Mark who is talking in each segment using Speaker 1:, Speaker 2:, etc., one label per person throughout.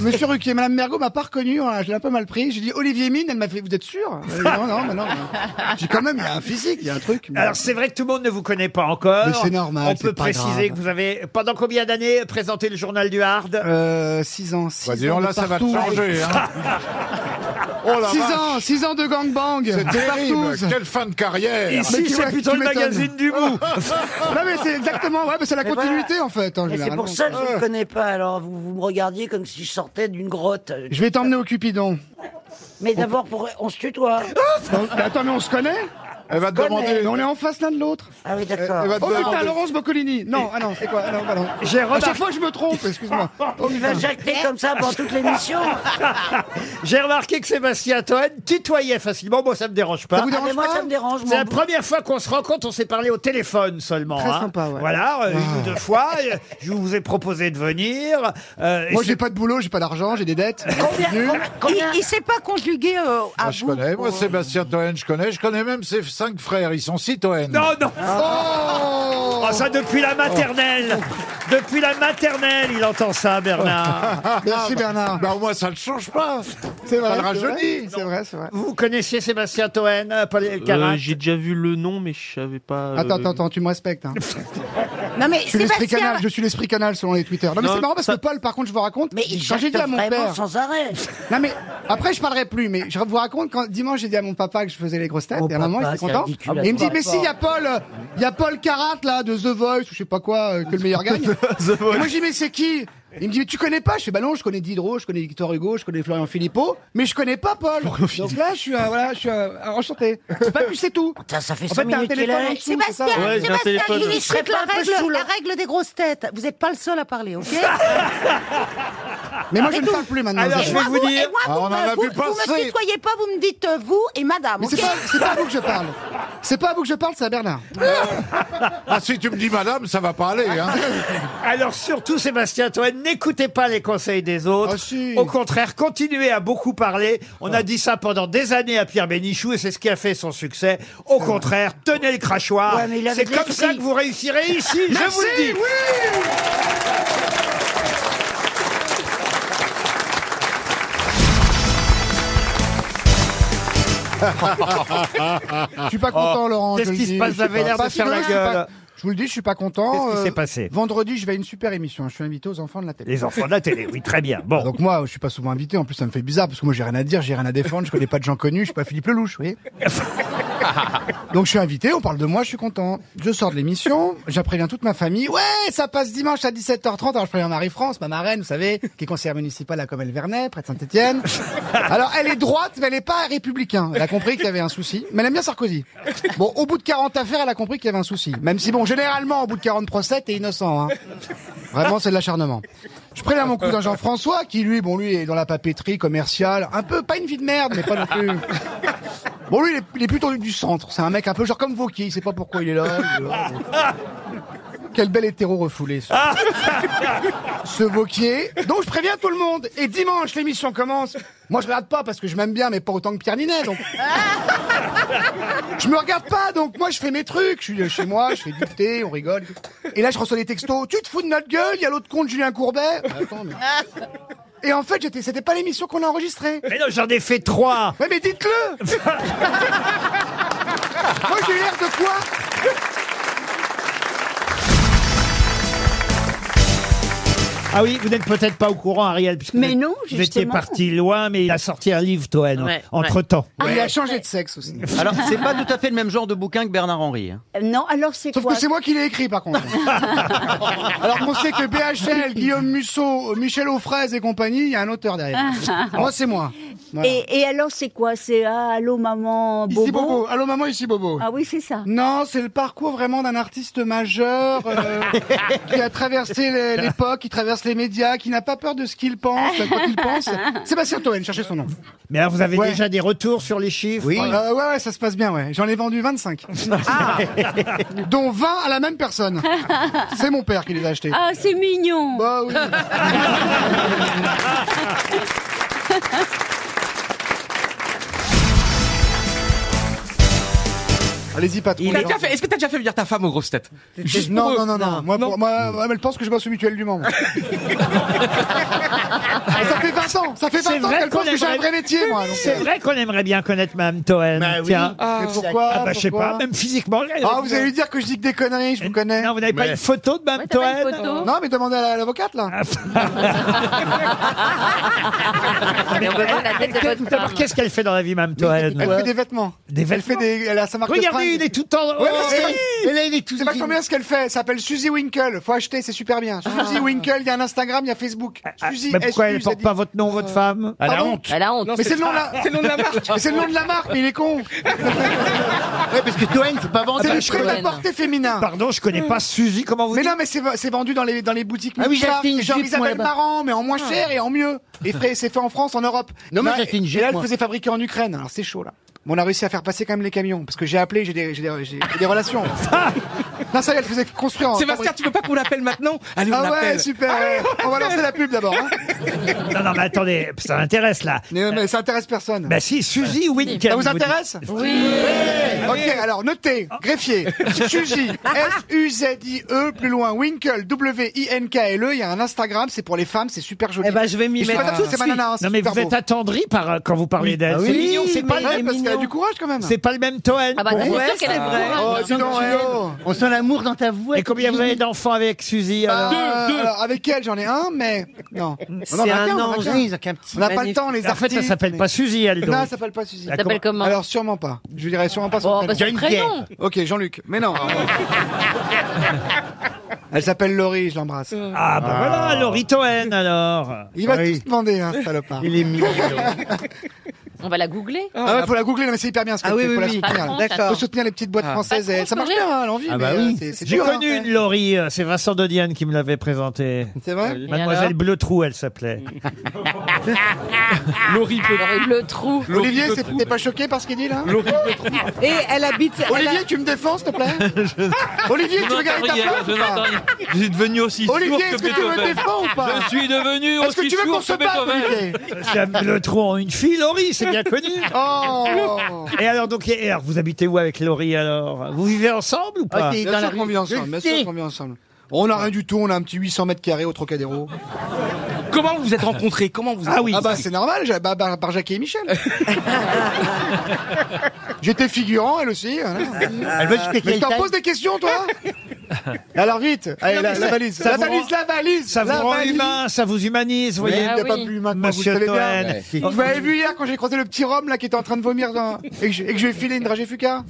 Speaker 1: Monsieur Ruquier, Madame Mergot m'a pas reconnu, hein, je l'ai un peu mal pris. J'ai dit Olivier Mine, elle m'a fait, vous êtes sûr Elle a dit, Non, non, mais non. mais- J'ai dit, quand même, il y a un physique, il y a un truc. mais-
Speaker 2: Alors c'est vrai que tout le monde ne vous connaît pas encore.
Speaker 1: Mais c'est normal,
Speaker 2: On peut
Speaker 1: c'est pas grave.
Speaker 2: préciser que vous avez pendant combien d'années présenté le journal du Hard
Speaker 1: Euh, 6 ans, 6
Speaker 3: Bah, dis
Speaker 1: ans.
Speaker 3: donc,
Speaker 1: de
Speaker 3: là, ça va te
Speaker 1: partout.
Speaker 3: changer. Hein. Oh la
Speaker 1: 6
Speaker 3: vache,
Speaker 1: ans, 6 ans de gangbang.
Speaker 3: c'est
Speaker 1: de
Speaker 3: terrible.
Speaker 1: partouze.
Speaker 3: Quelle fin de carrière.
Speaker 1: Mais
Speaker 2: Ici
Speaker 1: tu
Speaker 2: c'est
Speaker 1: vois,
Speaker 2: plutôt
Speaker 1: tu
Speaker 2: le
Speaker 1: m'étonnes.
Speaker 2: magazine du bout.
Speaker 1: Non, mais c'est exactement, ouais, mais c'est la
Speaker 4: Mais
Speaker 1: continuité,
Speaker 4: voilà.
Speaker 1: en fait. hein,
Speaker 4: Et c'est
Speaker 1: généralement.
Speaker 4: pour ça que je ne connais pas. Alors, vous, vous me regardiez comme si je sortais d'une grotte.
Speaker 1: Je vais t'emmener au Cupidon.
Speaker 4: Mais d'abord, pour... on se tutoie.
Speaker 1: Non, mais attends, mais on se connaît
Speaker 3: Elle va te
Speaker 4: Connais.
Speaker 3: demander.
Speaker 1: Mais on est en face l'un de l'autre.
Speaker 4: Ah oui,
Speaker 3: Elle
Speaker 4: d'accord.
Speaker 3: elle va te
Speaker 1: Oh putain,
Speaker 3: demander-
Speaker 1: Laurence Boccolini. Non, ah non, c'est quoi Ah non, bah non.
Speaker 2: J'ai
Speaker 1: À
Speaker 2: remarqué,
Speaker 1: chaque fois, je me trompe, excuse-moi.
Speaker 4: Il va jacter
Speaker 1: Eh.
Speaker 4: comme ça pendant toute l'émission.
Speaker 2: j'ai remarqué que Sébastien Toen tutoyait facilement. Moi ça me dérange pas.
Speaker 1: Ça vous
Speaker 4: Ah, mais
Speaker 1: dérange
Speaker 4: moi,
Speaker 1: pas
Speaker 4: ça me dérange.
Speaker 2: C'est
Speaker 4: moi.
Speaker 2: la première fois qu'on se rencontre, on s'est parlé au téléphone seulement.
Speaker 1: Très
Speaker 2: hein.
Speaker 1: sympa, ouais. Ah.
Speaker 2: Voilà, euh, une ou deux fois. euh, Je vous ai proposé de venir. euh, et
Speaker 1: Moi,
Speaker 2: c'est-
Speaker 1: j'ai pas de boulot, j'ai pas d'argent, j'ai des dettes.
Speaker 4: Combien,
Speaker 1: Nul.
Speaker 4: combien, combien-
Speaker 5: Il, il s'est pas conjugué euh, à
Speaker 3: Ah, je
Speaker 5: vous.
Speaker 3: connais, moi
Speaker 5: euh,
Speaker 3: Sébastien Toen, je connais, je connais même ses cinq frères, ils sont six Toen.
Speaker 2: Non, non.
Speaker 1: Oh
Speaker 2: Oh, ça depuis la maternelle. Depuis la maternelle, il entend ça, Bernard.
Speaker 1: Merci Bernard.
Speaker 3: Bah au moins ça ne change pas.
Speaker 1: C'est vrai.
Speaker 3: ça le
Speaker 1: c'est vrai,
Speaker 3: rajeunit.
Speaker 1: C'est vrai, c'est vrai.
Speaker 2: Vous connaissiez Sébastien Toen, euh, Paul Elkarat
Speaker 6: Euh, J'ai déjà vu le nom, mais je savais pas. euh,
Speaker 1: Attends, attends, attends, tu me respectes. hein.
Speaker 5: Non mais
Speaker 1: Je suis l'esprit
Speaker 5: Sébastien,
Speaker 1: canal, je suis l'esprit canal selon les Twitter. Non, mais
Speaker 6: Non,
Speaker 1: c'est marrant parce
Speaker 6: ça-
Speaker 1: que Paul, par contre, je vous raconte.
Speaker 4: Mais il
Speaker 1: quand j'ai
Speaker 4: jacte
Speaker 1: dit à mon
Speaker 4: vraiment
Speaker 1: père.
Speaker 4: sans arrêt.
Speaker 1: Non, mais après, je parlerai plus, mais je vous raconte quand dimanche, j'ai dit à mon papa que je faisais les grosses têtes.
Speaker 4: Oh,
Speaker 1: et à un moment, il
Speaker 4: papa,
Speaker 1: était
Speaker 4: c'est
Speaker 1: content.
Speaker 4: ridicule,
Speaker 1: Et il me dit,
Speaker 4: attends.
Speaker 1: mais si, il y a Paul, euh, il y a Paul Carat, là, de The Voice, ou je sais pas quoi, euh, que le meilleur gagne.
Speaker 6: The Voice.
Speaker 1: Et moi, j'ai dit, mais c'est qui Il me dit, mais tu connais pas Je fais, bah non, je connais Diderot, je connais Victor Hugo, je connais Florian Philippot, mais je connais pas Paul. Donc là, je suis, un- voilà, je suis un- un enchanté. C'est Pas plus, c'est tout.
Speaker 4: Ça, ça fait
Speaker 1: En fait,
Speaker 4: 5
Speaker 1: t'as un
Speaker 4: minutes qu'il
Speaker 1: téléphone
Speaker 4: est.
Speaker 1: en dessous, c'est ça
Speaker 5: Sébastien,
Speaker 6: Ouais, j'ai un
Speaker 5: Sébastien, il
Speaker 6: téléphone.
Speaker 4: Il serait
Speaker 5: discute
Speaker 4: pas
Speaker 5: la
Speaker 4: un peu
Speaker 5: règle,
Speaker 4: saoul,
Speaker 5: la
Speaker 4: hein.
Speaker 5: règle des grosses têtes. Vous n'êtes pas le seul à parler, ok
Speaker 1: Mais moi, je ne parle plus maintenant.
Speaker 2: Alors,
Speaker 5: Et
Speaker 2: je
Speaker 5: moi,
Speaker 2: vais vous dire-
Speaker 5: et moi,
Speaker 3: Ah, on en
Speaker 5: me-
Speaker 3: a vu
Speaker 5: vous, vous
Speaker 3: passer.
Speaker 5: me tutoyez pas, vous me dites euh, vous et madame,
Speaker 1: Mais
Speaker 5: ok
Speaker 1: c'est pas, c'est pas à vous que je parle. C'est pas à vous que je parle, c'est à Bernard.
Speaker 3: Ah si tu me dis madame, ça va pas aller. Hein.
Speaker 2: Alors surtout, Sébastien Toen, n'écoutez pas les conseils des autres.
Speaker 1: Ah, si. Ah.
Speaker 2: Au contraire, continuez à beaucoup parler. On a dit ça pendant des années à Pierre Bénichou et c'est ce qui a fait son succès. Au contraire, tenez le crachoir.
Speaker 4: Ouais, mais il avait
Speaker 2: c'est
Speaker 4: de
Speaker 2: comme ça
Speaker 4: l'esprit.
Speaker 2: que vous réussirez ici, je vous le dis.
Speaker 1: Je suis pas content, Laurent.
Speaker 2: Oh. Qu'est-ce
Speaker 1: je le
Speaker 2: qui se
Speaker 1: dis.
Speaker 2: passe
Speaker 1: Je suis
Speaker 2: Vous avez
Speaker 1: pas-
Speaker 2: l'air de
Speaker 1: parce que
Speaker 2: faire la
Speaker 1: je suis pas-
Speaker 2: gueule.
Speaker 1: Je vous le dis, je suis pas content.
Speaker 2: Qu'est-ce qui
Speaker 1: Euh,
Speaker 2: s'est passé
Speaker 1: Vendredi, je vais à une super émission. Je suis invité aux enfants de la télé.
Speaker 2: Les enfants de la télé, oui, très bien. Bon.
Speaker 1: Donc moi, je suis pas souvent invité. En plus, ça me fait bizarre parce que moi, j'ai rien à dire, j'ai rien à défendre. Je connais pas de gens connus. Je suis pas Philippe Lelouch, vous voyez. Donc je suis invité. On parle de moi. Je suis content. Je sors de l'émission. J'appréviens toute ma famille. Ouais, ça passe dimanche à 17h30. Alors je préviens Marie-France, ma marraine, vous savez, qui est conseillère municipale à Comel Vernet, près de Saint-Étienne. Alors elle est droite, mais elle est pas républicain. Elle a compris qu'il y avait un souci. Mais elle aime bien Sarkozy. Bon, au bout de 40 affaires, elle a compris qu'il y avait un souci. Même si bon, généralement, au bout de 40 procès, t'es innocent. Hein. Vraiment, c'est de l'acharnement. Je préviens mon cousin Jean-François, qui lui, bon, lui est dans la papeterie commerciale, un peu, pas une vie de merde, mais pas non plus. Bon, lui, il est, il est plutôt du centre. C'est un mec un peu genre comme Vauquier, il sait pas pourquoi il est là. il est là, bon. Quel bel hétéro refoulé, ce, ce Vauquier. Donc, je préviens tout le monde. Et dimanche, l'émission commence. Moi, je regarde pas parce que je m'aime bien, mais pas autant que Pierre Ninet, donc. Je me regarde pas, donc moi je fais mes trucs. Je suis chez moi, je fais du thé, on rigole. Et là je reçois des textos. Tu te fous de notre gueule Il y a l'autre compte Julien Courbet. Mais Bah, attends, mais- Et en fait, j'étais, c'était pas l'émission qu'on a enregistrée.
Speaker 2: Mais non, j'en ai fait trois.
Speaker 1: Ouais, mais dites-le Moi j'ai l'air de quoi
Speaker 2: Ah oui, vous n'êtes peut-être pas au courant, Ariel, puisque
Speaker 5: Mais
Speaker 2: vous-
Speaker 5: non,
Speaker 2: vous étiez
Speaker 5: justement.
Speaker 2: parti loin, mais il a sorti un livre, Toen,
Speaker 4: Ouais,
Speaker 2: entre temps.
Speaker 1: Ah, Il a changé de sexe aussi.
Speaker 7: Alors, c'est pas tout à fait le même genre de bouquin que Bernard Henry. hein.
Speaker 5: Euh, Non, alors c'est
Speaker 1: Sauf
Speaker 5: quoi
Speaker 1: que c'est moi qui l'ai écrit par contre. Alors qu'on sait que BHL, Guillaume Musso, Michel Aufraise et compagnie, il y a un auteur derrière. Moi c'est moi. Voilà.
Speaker 5: et, et alors c'est quoi C'est ah, allô maman bobo.
Speaker 1: Ici Bobo. Allô maman, ici Bobo.
Speaker 5: Ah oui, c'est ça.
Speaker 1: Non, c'est le parcours vraiment d'un artiste majeur euh, qui a traversé l'é- l'époque, qui traverse les médias, qui n'a pas peur de ce qu'il pense, de quoi qu'il pense. Sébastien Toen, cherchez son nom.
Speaker 2: Mais alors, vous avez
Speaker 1: Ouais.
Speaker 2: déjà des retours sur les chiffres
Speaker 1: Euh, ouais, ouais, ça se passe bien, ouais. J'en ai vendu 25.
Speaker 8: Ah.
Speaker 1: Dont 20 à la même personne. C'est mon père qui les a achetés.
Speaker 5: Ah, c'est mignon.
Speaker 1: Bah oui. Allez-y, patron.
Speaker 8: T'as déjà fait- Est-ce que t'as déjà fait venir ta femme aux grosses têtes Juste
Speaker 1: non,
Speaker 8: pour
Speaker 1: non,
Speaker 8: eux.
Speaker 1: non, non, Moi,
Speaker 8: Non.
Speaker 1: pour- moi, moi, Ah, elle pense que je bosse au mutuel du membre. Ah, ça fait 20 ans, ça fait
Speaker 2: C'est
Speaker 1: 20 ans
Speaker 2: vrai
Speaker 1: qu'elle pense
Speaker 2: qu'on
Speaker 1: que j'ai un
Speaker 2: aimerait-
Speaker 1: vrai métier, moi. donc,
Speaker 2: C'est
Speaker 1: euh,
Speaker 2: vrai qu'on aimerait bien connaître Mme Toen.
Speaker 1: bah oui.
Speaker 2: Tiens.
Speaker 1: Mais pourquoi
Speaker 2: Ah bah je sais
Speaker 1: pourquoi
Speaker 2: pas, même physiquement. elle-
Speaker 1: Ah, vous allez lui dire que je dis que des conneries, je vous connais.
Speaker 2: Non, vous n'avez pas
Speaker 3: Mais-
Speaker 2: une photo de Mme
Speaker 9: Ouais, t'as pas une
Speaker 2: Toen
Speaker 9: photo
Speaker 1: Non, mais demandez à la- à l'avocate,
Speaker 3: Ah,
Speaker 1: là.
Speaker 9: Mais on veut voir Ah, la tête de votre
Speaker 2: D'abord,
Speaker 9: femme.
Speaker 2: qu'est-ce qu'elle fait dans la vie, Mme Toen
Speaker 1: Elle fait des vêtements.
Speaker 2: Des
Speaker 1: Elle fait
Speaker 2: vêtements.
Speaker 1: des, elle a sa marque de
Speaker 2: Regardez,
Speaker 1: fringues.
Speaker 2: il est tout Oh, tendre.
Speaker 1: Ouais, mais c'est pas- C'est vachement bien ce qu'elle fait. Ça s'appelle Suzy Winkle. Faut acheter, c'est super bien. Suzy Winkle, il y a un Instagram, il y a Facebook. Suzy,
Speaker 2: mais pourquoi elle
Speaker 1: S-U-Z-I.
Speaker 2: ne porte pas votre nom,
Speaker 1: Euh,
Speaker 2: votre femme
Speaker 3: À la
Speaker 1: Pardon
Speaker 3: honte.
Speaker 9: Elle a honte.
Speaker 1: Mais c'est le nom de la,
Speaker 8: C'est le nom de la marque.
Speaker 1: mais c'est le nom de la marque, mais il est con.
Speaker 3: parce que Toen, faut pas vendre.
Speaker 1: C'est le
Speaker 9: connais.
Speaker 1: prêt-à-porter féminin.
Speaker 2: Pardon, je connais pas Suzy, comment Bah, vous
Speaker 1: Mais
Speaker 2: dites
Speaker 1: non, mais c'est c'est vendu dans les, dans les boutiques
Speaker 7: Ah oui,
Speaker 1: Michelin,
Speaker 7: j'ai acheté une
Speaker 1: c'est genre
Speaker 7: jupe, moi,
Speaker 1: Isabelle
Speaker 7: là-bas.
Speaker 1: Marant, mais en moins cher et en mieux. Et frais, c'est fait en France, en Europe.
Speaker 7: Non, mais
Speaker 1: Là,
Speaker 7: j'ai acheté une
Speaker 1: et
Speaker 7: jupe,
Speaker 1: là, elle
Speaker 7: moi.
Speaker 1: faisait fabriquer en Ukraine. Alors, c'est chaud, là. Mais on a réussi à faire passer quand même les camions. Parce que j'ai appelé, j'ai des, j'ai des, j'ai- j'ai des relations. non, ça y est, elle faisait construire en.
Speaker 8: Sébastien, tu veux pas qu'on l'appelle maintenant Allez, on
Speaker 1: Oh, Ah ouais,
Speaker 8: l'appelle.
Speaker 1: super. ouais. on va lancer la pub d'abord. hein.
Speaker 2: Non, non, mais attendez, ça m'intéresse là.
Speaker 1: Mais, mais ça intéresse personne.
Speaker 2: Bah si, Suzy Winkel.
Speaker 1: ça vous
Speaker 2: dites.
Speaker 1: intéresse Oui. Ok, alors notez, greffier, Suzy, S-U-Z-I-E, E, plus loin, Winkle, W-I-N-K-L-E, E. il y a un Instagram, c'est pour les femmes, c'est super joli.
Speaker 10: Eh ben, je vais m'y
Speaker 1: Et je
Speaker 10: mettre
Speaker 1: suis pas
Speaker 10: tout
Speaker 1: d'accord,
Speaker 10: de
Speaker 1: c'est ma nana, hein, c'est
Speaker 2: Non, mais
Speaker 1: super
Speaker 2: vous
Speaker 1: beau.
Speaker 2: êtes attendri par, euh, quand vous parlez d'elle.
Speaker 10: Ah
Speaker 2: C'est
Speaker 10: oui,
Speaker 2: mignon, c'est pas,
Speaker 10: mais-
Speaker 1: Ouais, parce qu'elle a
Speaker 10: mignon.
Speaker 1: du courage quand même.
Speaker 2: c'est pas le même Toen.
Speaker 9: Ah bah t'as
Speaker 10: Ouais,
Speaker 9: sûr qu'elle
Speaker 10: c'est
Speaker 9: a
Speaker 10: vrai.
Speaker 9: courage.
Speaker 1: Oh, dis donc, Suyo.
Speaker 10: On sent l'amour dans ta voix.
Speaker 2: Et combien vous avez d'enfants avec Suzy alors Ah,
Speaker 1: Euh, alors, avec elle, j'en ai un, mais non. On en
Speaker 10: C'est
Speaker 1: a
Speaker 10: un
Speaker 1: qu'un, on en a
Speaker 10: ange.
Speaker 1: qu'un.
Speaker 10: Ils ont qu'un petit
Speaker 1: On n'a pas le
Speaker 10: magnifique-
Speaker 1: temps, les
Speaker 2: En fait,
Speaker 1: artistes.
Speaker 2: ça s'appelle
Speaker 1: mais-
Speaker 2: pas Suzy, elle donc.
Speaker 1: Non, ça s'appelle pas Suzy.
Speaker 2: Ça Oh,
Speaker 9: Elle s'appelle comment
Speaker 1: Alors sûrement pas. Je dirais sûrement pas son
Speaker 9: Bon,
Speaker 1: prénom.
Speaker 9: bah, son prénom.
Speaker 1: Ok, Jean-Luc. Mais non. Elle s'appelle Laurie, je l'embrasse.
Speaker 2: Ah bah voilà, Laurie Toen alors.
Speaker 1: Il va
Speaker 10: Oui.
Speaker 1: tout se demander, hein, salopard.
Speaker 10: Il est mignon.
Speaker 9: On va la googler.
Speaker 1: Ah ouais, faut la googler, non, mais c'est hyper bien ce qu'elle
Speaker 10: Ah oui,
Speaker 1: fait,
Speaker 10: oui,
Speaker 1: faut la
Speaker 10: oui.
Speaker 1: soutenir.
Speaker 9: Patron,
Speaker 10: D'accord.
Speaker 1: Faut soutenir les petites boîtes françaises,
Speaker 9: Patron,
Speaker 1: et ça marche
Speaker 9: je peux
Speaker 1: bien, hein, l'envie,
Speaker 10: Ah
Speaker 1: mais
Speaker 10: bah
Speaker 1: euh,
Speaker 10: oui.
Speaker 1: c'est- c'est
Speaker 2: J'ai
Speaker 1: dur,
Speaker 2: connu
Speaker 1: hein.
Speaker 2: une Laurie, euh, c'est Vincent Dodiane qui me l'avait présentée.
Speaker 1: C'est vrai
Speaker 2: Mademoiselle Bleutrou, elle s'appelait.
Speaker 9: Mm.
Speaker 8: Laurie
Speaker 6: Ah,
Speaker 8: Pe-
Speaker 9: J'aurais eu le trou.
Speaker 1: Olivier,
Speaker 8: Laurie
Speaker 1: c'est-
Speaker 8: Petrou.
Speaker 1: t'es pas choqué par ce qu'il dit là
Speaker 8: Laurie Petrou.
Speaker 10: Et elle habite. elle a-
Speaker 1: Olivier, tu me défends, s'il te plaît Olivier, tu
Speaker 6: Je
Speaker 1: veux garder ta
Speaker 6: n'entends rien,
Speaker 1: place
Speaker 6: je
Speaker 1: ou pas
Speaker 6: n'entends rien. Je suis devenu aussi sourd
Speaker 1: Olivier, est-ce
Speaker 6: que
Speaker 1: que tu me
Speaker 6: Beethoven.
Speaker 1: défends ou pas
Speaker 6: Je suis devenu
Speaker 1: Est-ce que
Speaker 6: aussi
Speaker 1: tu veux qu'on
Speaker 6: sourd
Speaker 1: se
Speaker 6: que
Speaker 1: batte,
Speaker 6: Beethoven.
Speaker 1: Olivier
Speaker 2: Madame Bleutrou en une fille, Laurie, c'est bien connu.
Speaker 1: Oh
Speaker 2: Et alors, donc, et alors, vous habitez où avec Laurie alors Vous vivez ensemble ou pas
Speaker 10: Ok. Et
Speaker 1: Bien
Speaker 10: dans la
Speaker 1: sûr qu'on
Speaker 10: rue.
Speaker 1: vit ensemble, bien sûr qu'on vit ensemble. On n'a rien du tout, on a un petit 800 mètres carrés au Trocadéro.
Speaker 8: Comment vous vous êtes rencontrés Comment vous
Speaker 2: Ah oui.
Speaker 1: Ah bah c'est normal, j'ai- bah, bah, par Jackie et Michel. J'étais figurant, elle aussi. voilà.
Speaker 2: Ah,
Speaker 10: Elle veut se péter
Speaker 1: Mais je
Speaker 10: une
Speaker 1: t'en
Speaker 10: taille.
Speaker 1: pose des questions, toi Alors vite, allez, la, la valise, la
Speaker 2: vous
Speaker 1: valise,
Speaker 2: rend-
Speaker 1: la valise,
Speaker 2: Ça vous
Speaker 1: la
Speaker 2: rend
Speaker 1: valise.
Speaker 2: humain, ça vous humanise, vous
Speaker 1: Oui,
Speaker 2: voyez
Speaker 1: il n'y a
Speaker 9: Ah
Speaker 1: pas
Speaker 9: oui.
Speaker 1: plus maintenant, vous le
Speaker 2: Monsieur
Speaker 1: savez bien.
Speaker 2: Toen.
Speaker 1: Vous m'avez vu hier quand j'ai croisé le petit Rome là qui était en train de vomir dans- et, que je, et que je lui ai filé une dragée fuca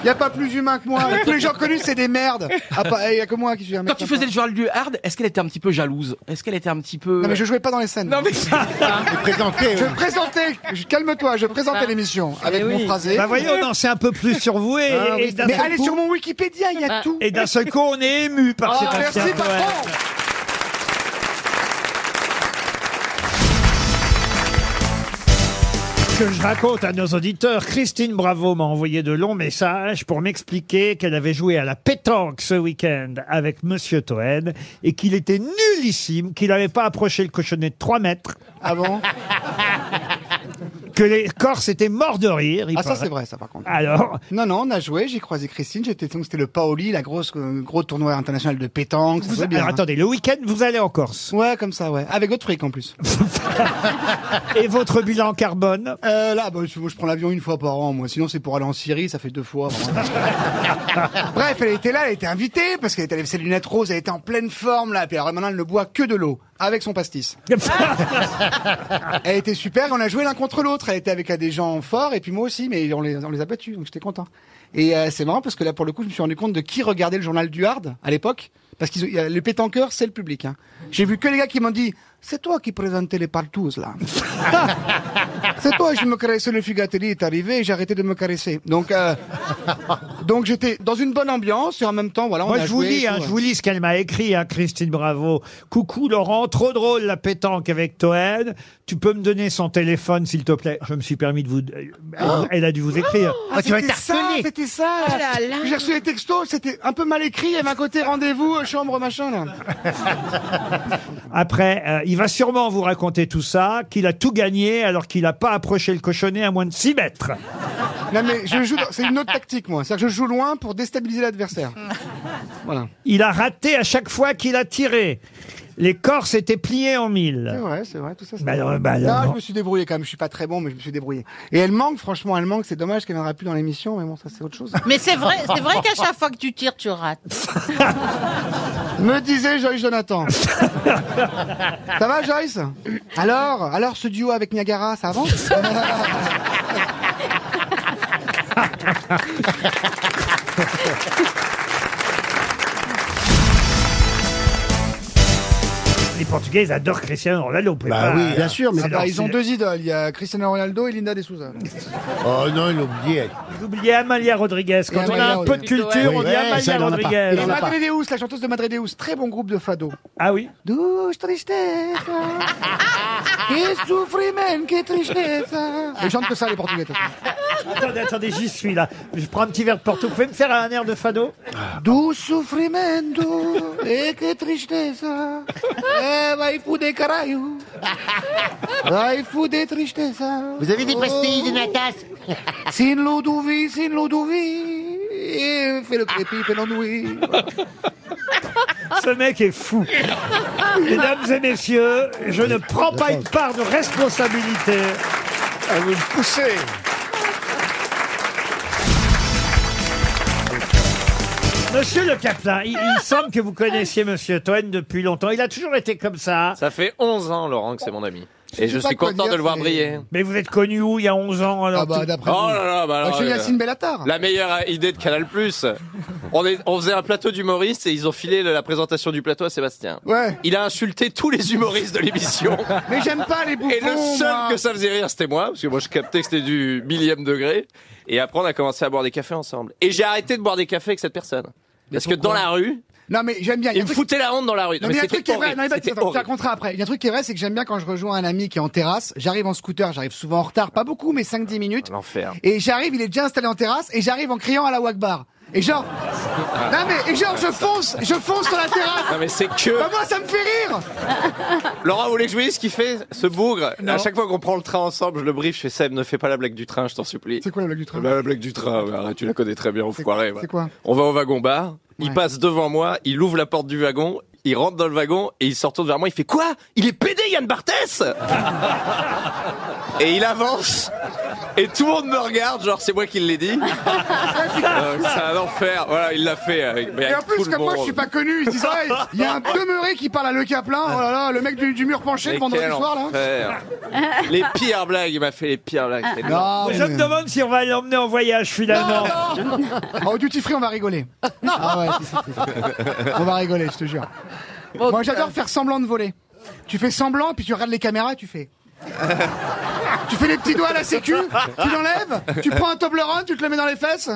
Speaker 1: Il n'y a pas plus humain que moi. Tous les gens connus, c'est des merdes. Ah, Il n'y a que moi qui suis un mec
Speaker 8: Quand tu
Speaker 1: sympa.
Speaker 8: faisais le joueur du hard, est-ce qu'elle était un petit peu jalouse Est-ce qu'elle était un petit peu
Speaker 1: Non, mais je jouais pas dans les scènes.
Speaker 8: Non, mais-
Speaker 1: Je
Speaker 3: euh.
Speaker 1: présentais, je- calme-toi, je présentais l'émission avec mon phrasé.
Speaker 2: Bah voyez, on en sait un peu plus sur vous et, et d'un
Speaker 1: Ah, Mais
Speaker 2: seul
Speaker 1: allez
Speaker 2: coup-
Speaker 1: sur mon Wikipédia, il y a
Speaker 9: Ah.
Speaker 1: tout.
Speaker 2: et d'un seul coup, on est ému par
Speaker 1: Ah,
Speaker 2: ces
Speaker 1: merci, patron.
Speaker 2: que je raconte à nos auditeurs. Christine Bravo m'a envoyé de longs messages pour m'expliquer qu'elle avait joué à la pétanque ce week-end avec Monsieur Toen et qu'il était nullissime, qu'il n'avait pas approché le cochonnet de 3 mètres,
Speaker 1: Ah bon
Speaker 2: que les Corses étaient morts de rire. il
Speaker 1: Ah, ça,
Speaker 2: paraît.
Speaker 1: c'est vrai, ça, par contre.
Speaker 2: Alors,
Speaker 1: Non, non, on a joué, j'ai croisé Christine, j'étais, donc c'était le Paoli, la grosse, euh, gros tournoi international de pétanque, ça
Speaker 2: vous-
Speaker 1: jouait bien.
Speaker 2: alors
Speaker 1: hein.
Speaker 2: attendez, le week-end, vous allez en Corse.
Speaker 1: Ouais, comme ça, ouais. Avec votre fric, en plus.
Speaker 2: Et votre bilan carbone
Speaker 1: Euh, là, bah, je je prends l'avion une fois par an, moi. Sinon, c'est pour aller en Syrie, ça fait deux fois. vraiment. Bref, elle était là, elle était invitée, parce qu'elle était avec ses lunettes roses, elle était en pleine forme, là. Puis alors, maintenant, elle ne boit que de l'eau, avec son pastis. Elle était super, et on a joué l'un contre l'autre. Elle était avec euh, des gens forts, et puis moi aussi, mais on les, on les a battus, donc j'étais content. Et euh, c'est marrant, parce que là, pour le coup, je me suis rendu compte de qui regardait le journal du Hard, à l'époque. Parce que les pétanqueurs, c'est le public. hein. J'ai vu que les gars qui m'ont dit, c'est toi qui présentais les partous, là. C'est toi, je me caressais, le Fugatelli est arrivé et j'ai arrêté de me caresser. Donc, euh, donc j'étais dans une bonne ambiance et en même temps, voilà, on
Speaker 2: Moi,
Speaker 1: a
Speaker 2: je vous
Speaker 1: joué et
Speaker 2: lis, hein,
Speaker 1: tout,
Speaker 2: je
Speaker 1: ouais.
Speaker 2: vous lis ce qu'elle m'a écrit, hein, Christine Bravo. Coucou Laurent, trop drôle la pétanque avec Toen. Tu peux me donner son téléphone, s'il te plaît Je me suis permis de vous. euh, Elle a dû vous écrire.
Speaker 1: Ah,
Speaker 10: tu vas
Speaker 1: c'était
Speaker 10: être
Speaker 1: ça,
Speaker 10: harcelé.
Speaker 1: c'était ça.
Speaker 11: Oh
Speaker 1: J'ai reçu les textos, c'était un peu mal écrit. Il y avait un côté rendez-vous, euh, chambre, machin. Là.
Speaker 2: Après, euh, il va sûrement vous raconter tout ça, qu'il a tout gagné alors qu'il n'a pas approché le cochonnet à moins de 6 mètres.
Speaker 1: Non mais je joue, dans- c'est une autre tactique moi. C'est-à-dire que je joue loin pour déstabiliser l'adversaire. Voilà.
Speaker 2: Il a raté à chaque fois qu'il a tiré. Les Corses étaient pliés en mille.
Speaker 1: C'est
Speaker 12: Oh.
Speaker 1: vrai, c'est vrai, tout ça. c'est
Speaker 2: Bah
Speaker 1: vrai.
Speaker 2: alors, bah
Speaker 1: Non,
Speaker 2: alors.
Speaker 1: je me suis débrouillé quand même. Je suis pas très bon, mais je me suis débrouillé. Et elle manque, franchement, elle manque. C'est dommage qu'elle viendra plus dans l'émission, mais bon, ça c'est autre chose.
Speaker 11: Mais c'est vrai, c'est vrai qu'à chaque fois que tu tires, tu rates.
Speaker 1: Me disait Joyce Jonathan. ça va, Joyce Alors, alors ce duo avec Niagara, ça avance
Speaker 2: Les Portugais ils adorent Cristiano Ronaldo. vous pouvez
Speaker 12: Bah
Speaker 2: pas- euh,
Speaker 12: oui, bien sûr, mais
Speaker 1: Ah
Speaker 2: C'est
Speaker 1: bah,
Speaker 2: leur-
Speaker 1: Ils ont deux idoles. Il y a Cristiano Ronaldo et Linda de Souza.
Speaker 12: Oh non, il oubliait.
Speaker 2: Vous oubliez Amalia Rodriguez. Quand
Speaker 1: Et
Speaker 2: on a
Speaker 1: Amalia
Speaker 2: un peu de
Speaker 1: Rodriguez.
Speaker 2: culture,
Speaker 12: Oui,
Speaker 2: on dit
Speaker 12: ouais,
Speaker 2: Amalia
Speaker 12: ça, il en a pas.
Speaker 2: Rodriguez.
Speaker 1: Et Madredeus, la chanteuse de Madredeus, très bon groupe de fado.
Speaker 2: Ah oui
Speaker 1: Douche tristeza, que souffriment, que tristeza. Ils chantent que ça, les Portugais. de toute façon.
Speaker 2: Attendez, attendez, j'y suis là. Je prends un petit verre de Porto. Vous pouvez me faire un air de fado
Speaker 1: Do sofrimento e que tristeza eh, vai fuder caralho. Vai fuder tristeza.
Speaker 10: Vous avez des pastilles, des natas
Speaker 1: Oh. Sin Ludovi, sin Ludovi. Et fais le crépi, fais l'ennui.
Speaker 2: Ce mec est fou. Mesdames et messieurs, je ne prends pas une part de responsabilité.
Speaker 3: vous le poussez.
Speaker 2: Monsieur Le Caplin, il, il semble que vous connaissiez Monsieur Toen depuis longtemps. Il a toujours été comme ça.
Speaker 13: Ça fait 11 ans, Laurent, que c'est mon ami.
Speaker 1: sais
Speaker 13: Et je
Speaker 1: pas
Speaker 13: suis
Speaker 1: quoi
Speaker 13: content
Speaker 1: dire,
Speaker 13: de le voir
Speaker 1: mais-
Speaker 13: briller.
Speaker 2: Mais vous êtes connu où il y a 11 ans alors
Speaker 1: Ah bah,
Speaker 2: tout-
Speaker 1: d'après
Speaker 13: Oh
Speaker 1: vous.
Speaker 13: là là, bah alors,
Speaker 1: Chez
Speaker 13: euh,
Speaker 1: Yacine Bellatar.
Speaker 13: La meilleure idée de Canal On, est- on faisait un plateau d'humoristes et ils ont filé la présentation du plateau à Sébastien.
Speaker 1: Ouais.
Speaker 13: Il a insulté tous les humoristes de l'émission.
Speaker 1: Mais j'aime pas les bouffons.
Speaker 13: Et le seul
Speaker 1: Oh, moi.
Speaker 13: que ça faisait rire, c'était moi, parce que moi je captais que c'était du millième degré. Et après, on a commencé à boire des cafés ensemble. Et j'ai arrêté de boire des cafés avec cette personne. Parce que dans la rue,
Speaker 1: Non, mais j'aime bien. Ah, Il y a un
Speaker 13: il me
Speaker 1: truc-
Speaker 13: foutait la honte dans la rue.
Speaker 1: Non, mais il y a un
Speaker 13: c'était
Speaker 1: truc qui est vrai.
Speaker 13: horrible.
Speaker 1: Non, mais attends,
Speaker 13: C'était
Speaker 1: attends, je te
Speaker 13: horrible.
Speaker 1: raconterai après. Il y a un truc qui est vrai, c'est que j'aime bien quand je rejoins un ami qui est en terrasse. J'arrive en scooter, j'arrive souvent en retard, pas beaucoup, mais 5-10 minutes.
Speaker 13: L'enfer.
Speaker 1: Et j'arrive, il est déjà installé en terrasse, et j'arrive en criant à la Wagbar. Et genre, non mais, et genre, je fonce, je fonce sur la terrasse.
Speaker 13: Non, mais c'est que.
Speaker 1: Bah, moi, ça me fait rire.
Speaker 13: Laurent, vous voulez que je vous dise ce qu'il fait, ce bougre À chaque fois qu'on prend le train ensemble, je le brief, je fais Seb, ne fais pas la blague du train, je t'en supplie.
Speaker 1: C'est quoi la blague du train
Speaker 13: Bah, La blague du train, bah, arrête, tu la connais très bien, enfoiré. va.
Speaker 1: C'est quoi
Speaker 13: On va au wagon bar, il
Speaker 1: Ouais.
Speaker 13: passe devant moi, il ouvre la porte du wagon, il rentre dans le wagon et il se retourne vers moi, il fait Quoi Il est pédé, Yann Barthès Et il avance, et tout le monde me regarde, genre c'est moi qui l'ai dit. Donc, c'est un enfer, voilà, il l'a fait avec. mais
Speaker 1: Et en
Speaker 13: avec tout
Speaker 1: plus,
Speaker 13: le
Speaker 1: comme moi,
Speaker 13: monde.
Speaker 1: je suis pas connu, ils disent, Ouais, il y a un demeuré qui parle à Le Caplin, oh là là, le mec du, du mur penché
Speaker 13: Mais
Speaker 1: le vendredi
Speaker 13: quel
Speaker 1: soir, là.
Speaker 13: enfer. Les pires blagues, il m'a fait les pires blagues. c'est
Speaker 1: Non,
Speaker 2: Je me
Speaker 1: Ah, mais-
Speaker 2: demande si on va l'emmener en voyage finalement.
Speaker 1: Oh, au duty free, on va rigoler. Ah ouais, si, si, si, si. On va rigoler, je te jure. Moi, j'adore faire semblant de voler. Tu fais semblant, puis tu regardes les caméras, tu fais. tu fais les petits doigts à la sécu, tu l'enlèves, tu prends un Toblerone, tu te le mets dans les fesses,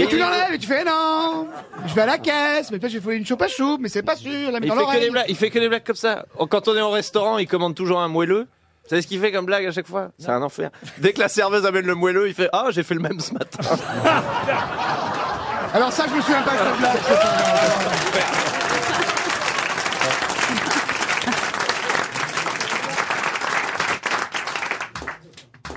Speaker 1: Ah. et tu l'enlèves, et tu fais non, je vais à la caisse, mais peut-être je vais voler une choupe à choupe, mais c'est pas sûr, je la mets
Speaker 13: Il
Speaker 1: dans
Speaker 13: fait, que des
Speaker 1: l'oreille.
Speaker 13: blagues, il fait que des blagues comme ça. Quand on est au restaurant, il commande toujours un moelleux. Vous savez ce qu'il fait comme blague à chaque fois C'est un enfer. Dès que la serveuse amène le moelleux, il fait Ah, j'ai fait le même ce matin.
Speaker 1: Alors ça, je me souviens pas de cette blague.